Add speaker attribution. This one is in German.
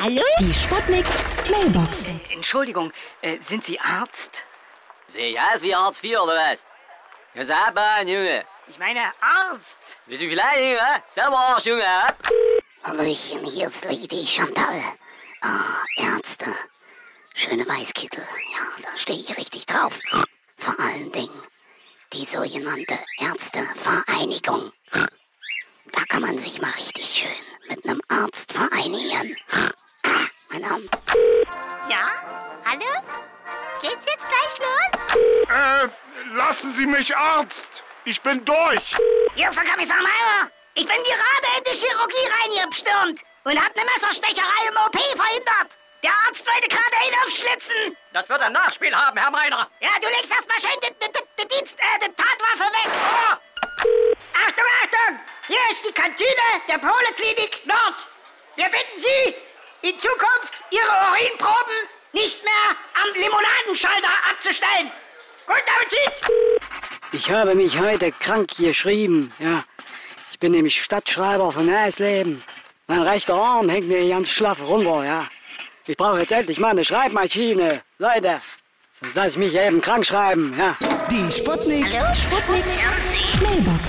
Speaker 1: Hallo?
Speaker 2: Die Sputnik Mailbox.
Speaker 3: Entschuldigung, äh, sind Sie Arzt?
Speaker 4: Sehe ich aus wie Arzt 4 oder was? Ja, sag mal, Junge.
Speaker 3: Ich meine Arzt.
Speaker 4: Bist du klein, Junge? Selber Arsch, Junge, hä?
Speaker 5: Hallöchen, hier ist Lady Chantal. Ah, Ärzte. Schöne Weißkittel. Ja, da stehe ich richtig drauf. Vor allen Dingen die sogenannte Ärztevereinigung. Da kann man sich mal richtig schön mit einem Arzt vereinigen. Ah, mein Arm.
Speaker 1: Ja? Hallo? Geht's jetzt gleich los?
Speaker 6: Äh, lassen Sie mich Arzt. Ich bin durch.
Speaker 3: Hier ist der Kommissar Meyer. Ich bin gerade in die Chirurgie reingestürmt und hab ne eine Messerstecherei im OP verhindert. Der Arzt wollte gerade ihn aufschlitzen.
Speaker 4: Das wird ein Nachspiel haben, Herr Meiner.
Speaker 3: Ja, du legst erstmal schön die, die, die- die Dienst, äh, die Tatwaffe weg. Oh! Achtung, Achtung! Hier ist die Kantine der Poleklinik Nord. Wir bitten Sie, in Zukunft Ihre Urinproben nicht mehr am Limonadenschalter abzustellen. Guten Appetit!
Speaker 7: Ich habe mich heute krank geschrieben, ja. Ich bin nämlich Stadtschreiber von Eisleben. Mein rechter Arm hängt mir ganz schlaff runter, ja. Ich brauche jetzt endlich mal eine Schreibmaschine. Leute, sonst lasse ich mich eben krank schreiben, ja.
Speaker 8: Die Sputnik.
Speaker 2: Sputnik Mailbox.